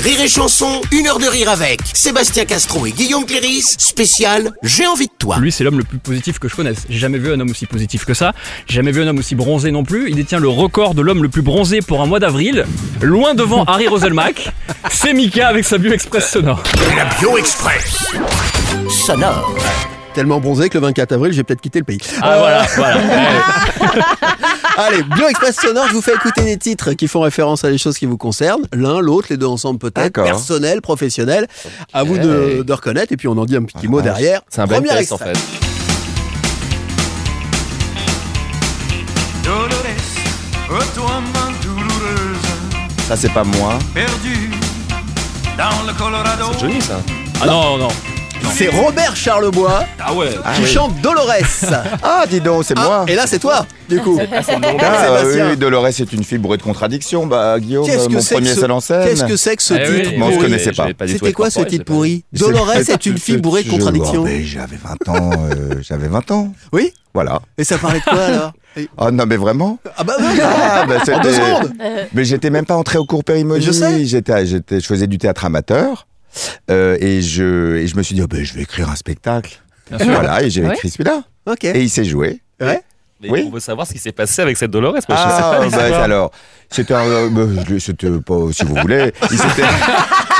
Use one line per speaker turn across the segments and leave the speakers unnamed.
Rire et Chanson, une heure de rire avec Sébastien Castro et Guillaume Cléris, spécial J'ai envie de toi.
Lui, c'est l'homme le plus positif que je connaisse. J'ai jamais vu un homme aussi positif que ça. J'ai jamais vu un homme aussi bronzé non plus. Il détient le record de l'homme le plus bronzé pour un mois d'avril, loin devant Harry Roselmack. C'est Mika avec sa bio express sonore.
La Bio Express. Sonore.
tellement bronzé que le 24 avril, j'ai peut-être quitté le pays.
Euh,
Ah,
Ah voilà, voilà. Ouais.
Allez, Bio Express Sonore, je vous fais écouter des titres qui font référence à des choses qui vous concernent. L'un, l'autre, les deux ensemble peut-être.
D'accord.
Personnel, professionnel. À vous de, de reconnaître et puis on en dit un petit mot derrière.
Ah, C'est un
Premier
blind test en
extrait.
fait.
Dolores, retourne main douloureuse,
Ça c'est pas moi.
perdue dans le Colorado.
C'est Johnny ça.
Ah non, non.
C'est Robert Charlebois
Ah ouais.
Ah,
qui
oui.
chante Dolores.
Ah dis donc, c'est
Ah,
moi.
et là, c'est toi, du coup.
Ah, oui,
Sébastien.
oui, Dolores est une fibre de contradiction. Bah Guillaume,
Qu'est-ce que
mon
c'est que
premier
ce-
seul en scène.
Qu'est-ce que c'est que ce
Eh oui.
titre
Moi je
Oui,
pourri
connaissais
je
pas.
l'ai pas du tout
C'était quoi ce
incorporé,
titre
c'est pas-
pourri Dolores est une
Je-
fille bourrée de
je-
contradictions.
ouais, J'avais 20 ans, euh, j'avais 20 ans.
Oui
Voilà.
Et ça parlait de quoi alors
Ah non mais vraiment
Ah bah oui
Ah, bah,
En
c'était-
deux secondes
Mais j'étais même pas entré au cours Périmonie.
Je sais.
J'étais, j'étais, je faisais du théâtre amateur. euh, et, je, et je me suis dit, oh, ben, je vais écrire un spectacle.
Bien sûr.
Voilà, et j'ai
Ouais.
écrit celui-là.
Ok.
Et il s'est joué.
Ouais.
Mais
Oui.
on veut savoir ce qui s'est passé avec cette Dolores. parce que je sais pas
Ah, bah,
l'histoire.
alors, c'était un, euh, bah, je l'ai- c'était pas, si vous voulez, il s'était-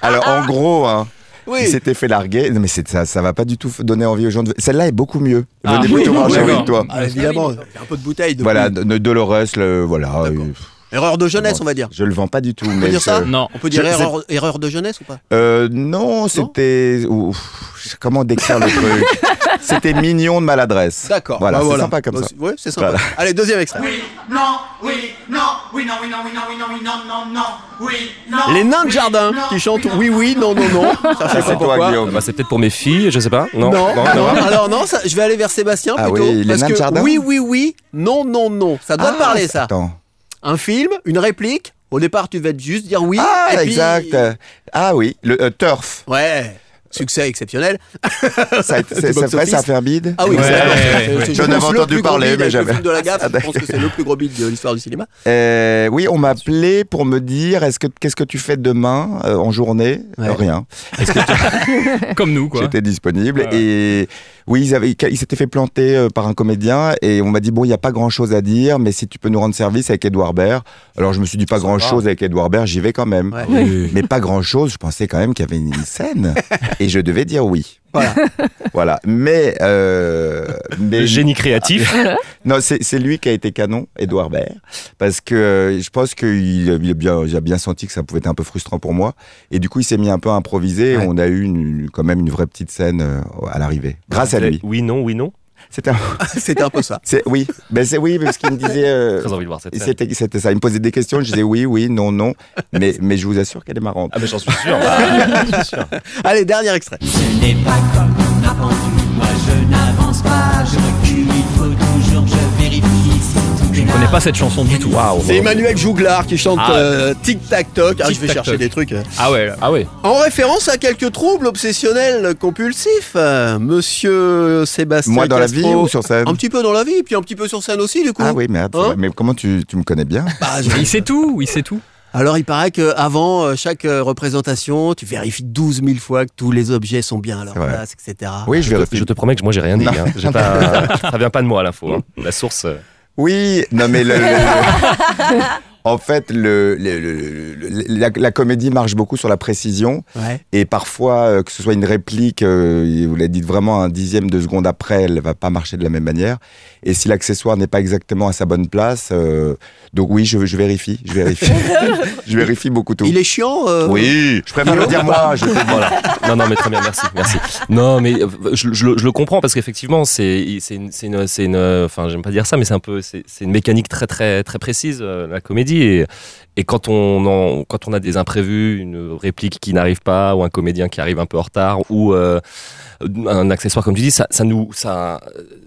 alors, en gros, hein, il
Oui.
s'était fait larguer. Non, mais c'est, ça, ça va pas du tout f- donner envie aux gens de. Celle-là est beaucoup mieux.
Ah,
Venez
oui,
plutôt voir, j'ai
d'accord.
envie de toi.
Ah, évidemment, il y a un peu de bouteille. donc
Voilà,
oui.
de- de Dolores, le, voilà.
D'accord.
euh,
Erreur de jeunesse,
Bon.
on va dire.
Je le vends pas du tout.
peut
mais
dire
je-
ça
Non.
On peut dire
Je-
erreur, erreur de jeunesse ou pas
Euh, non, c'était. Ouf, comment décrire le truc C'était mignon de maladresse.
D'accord.
Voilà,
Bah
c'est sympa comme
Bah,
ça.
c'est- Ouais, c'est sympa.
Voilà.
Allez, deuxième extrait.
Oui, non, oui, non, oui, non, oui, non, oui, non, oui, non, oui, non, non, non, oui, non.
Les nains de jardin qui chantent oui, oui, non, non, non. Ça, je sais pas
Ah, C'est toi,
pourquoi.
Guillaume.
Bah, c'est peut-être pour mes filles, je sais pas. Non.
Non,
non,
non,
non.
alors non, ça- je vais aller vers Sébastien
Ah
plutôt.
oui, les
parce
nains de
que
jardin
Oui, oui, oui, non, non, non. Ça doit
Ah,
parler, ça.
Attends.
Un film, une réplique. Au départ, tu vas juste dire oui.
Ah,
et puis-
exact. Ah oui, le euh, turf.
Ouais. Succès exceptionnel.
Ça a été- C'est c'est vrai, ça a fait un bide
Ah oui,
Ouais,
c'est
ouais,
c'est-
ouais,
c'est-
ouais.
je
J'en avais
pense le
entendu
plus gros
parler,
bide
mais
avec le
jamais.
film de la gaffe,
Ah,
je pense que c'est le plus gros bide de l'histoire du cinéma.
Euh, oui, on m'a appelé pour me dire est-ce que qu'est-ce que tu fais demain euh, en journée
Ouais.
Euh, Rien.
Comme nous quoi.
J'étais disponible
Ouais.
et oui, ils avaient ils s'étaient fait planter euh, par un comédien et on m'a dit bon, il y a pas grand-chose à dire, mais si tu peux nous rendre service avec Edouard Baird. Alors je me suis dit pas grand-chose avec Edouard Baird, j'y vais quand même.
Ouais.
Mais pas grand-chose, je pensais quand même qu'il y avait une scène et je devais dire oui.
Voilà.
Voilà, mais euh,
Le
mais
génie créatif.
Ah, non, c'est c'est lui qui a été canon, Edouard Baird, parce que euh, je pense qu'il a- il a bien, il a bien senti que ça pouvait être un peu frustrant pour moi. Et du coup, il s'est mis un peu à improviser. et
Ouais.
On a eu une- quand même une vraie petite scène euh, à l'arrivée, grâce à lui.
Oui, non, oui, non.
C'était un-
C'était un peu ça.
c'est- oui, ben c'est oui, parce qu'il me disait. euh,
Très envie de voir cette scène.
c'était c'était ça. Il me posait des questions, je disais oui, oui, non, non. Mais, mais je vous assure qu'elle est marrante.
Ah, mais j'en suis sûr.
Allez, dernier extrait.
Je ne connais pas cette chanson du tout. Waouh.
C'est Emmanuel Jouglard qui chante
Ah ouais.
euh, Tic Tac Toc. Ah, je
Tic
vais
Tac
chercher
Toc.
des trucs. euh.
Ah ouais. là.
Ah ouais.
En référence à quelques troubles obsessionnels compulsifs, euh, monsieur Sébastien.
Moi, dans la vie
Castro-
ou sur scène
Un petit peu dans la vie, puis un petit peu sur scène aussi, du coup.
Ah oui, mais, attends,
Oh.
Hein
mais comment tu, tu me connais bien
Bah, je-
Il sait tout, il sait tout.
Alors, il paraît qu'avant chaque euh, représentation, tu vérifies 12 000 fois que tous les objets sont bien à leur
C'est vrai.
place, etc.
Oui, je vais
Je te promets que moi, j'ai rien dit. hein. J'ai Pas... Ça vient pas de moi, l'info. hein. La source. euh,
Oui, non mais le, le- le- en fait, le, le- le- le- la, la comédie marche beaucoup sur la précision
Ouais.
et parfois euh, que ce soit une réplique, euh, vous la dites vraiment un dixième de seconde après, elle va pas marcher de la même manière. Et si l'accessoire n'est pas exactement à sa bonne place, euh, donc oui, je, je vérifie, je vérifie, je vérifie beaucoup tout.
Il est chiant. euh,
Oui, je préfère le dire moi. Je fais-
Voilà. Non, non, mais très bien, merci, merci. Non, mais euh, je, je le- je le comprends parce qu'effectivement, c'est c'est une, c'est une, c'est une, euh, enfin, j'aime pas dire ça, mais c'est un peu, c'est c'est une mécanique très, très, très précise euh, la comédie. dit. Et, et quand, on en- quand on a des imprévus, une réplique qui n'arrive pas, ou un comédien qui arrive un peu en retard, ou euh, un accessoire, comme tu dis, ça, ça nous. Ça,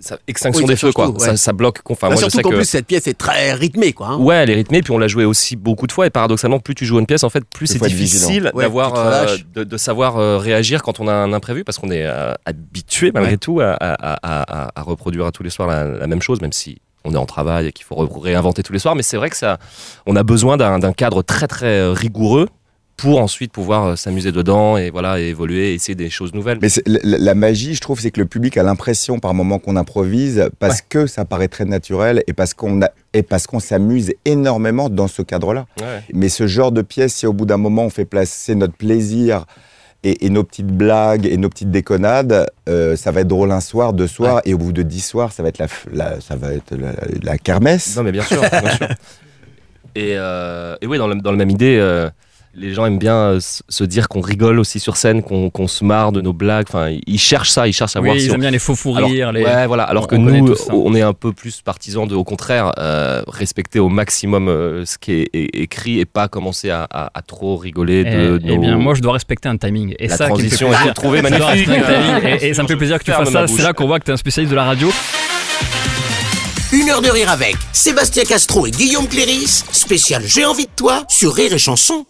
ça- extinction
Oui, ça
des feux,
change
quoi.
tout, ouais.
ça, ça bloque. Enfin,
Bah,
moi, je
surtout
sais
qu'en
que.
plus, cette pièce est très rythmée, quoi. hein.
Ouais, elle est rythmée, puis on l'a jouée aussi beaucoup de fois. Et paradoxalement, plus tu joues une pièce, en fait, plus
Plus
c'est
faut être
difficile
vigilant.
Ouais,
d'avoir,
tu te relâches.
euh, de, de savoir euh, réagir quand on a un imprévu, parce qu'on est euh, habitué malgré tout à, à- à- à- à reproduire à tous les soirs la, la même chose, même si on est en travail et qu'il faut re- réinventer tous les soirs. Mais c'est vrai que ça, on a besoin d'un d'un cadre très très euh, rigoureux pour ensuite pouvoir euh, s'amuser dedans et voilà et évoluer, et essayer des choses nouvelles.
Mais c'est- la, la- la magie, je trouve, c'est que le public a l'impression par moment qu'on improvise parce que ça paraît très naturel et parce qu'on a- et parce qu'on s'amuse énormément dans ce cadre-là.
Ouais.
Mais ce genre de pièce, si au bout d'un moment on fait placer notre plaisir et, et nos petites blagues et nos petites déconnades, euh, ça va être drôle un soir, deux soirs, et au bout de dix soirs, ça va être la, f- la- ça va être la, la kermesse.
Non, mais bien sûr, bien sûr. Et, euh, et oui, dans, le- dans la même idée, euh, les gens aiment bien euh, s- se dire qu'on rigole aussi sur scène, qu'on qu'on se marre de nos blagues. Enfin, ils cherchent ça, ils cherchent à
Oui,
voir
ils
si on-
aiment bien les faux fous
alors,
rires. les-
ouais, voilà. Alors
on-
que
on connaît
nous,
tout ça.
on est un peu plus partisans de, au contraire, euh, respecter au maximum euh, ce qui est, é- écrit et pas commencer à, à- à trop rigoler de
Eh eh
nos-
bien, moi, je dois respecter un timing. Et
la
ça, qui me fait
transition.
plaisir.
J'ai trouvé
Je dois
magnifique.
respecter un timing, et, et ça me fait plaisir que tu
Ferme
fasses
ma
ça. C'est
bouche.
là qu'on voit que tu es un spécialiste de la radio.
Une heure de rire avec Sébastien Castro et Guillaume Cléris, spécial J'ai envie de toi sur Rire et Chanson.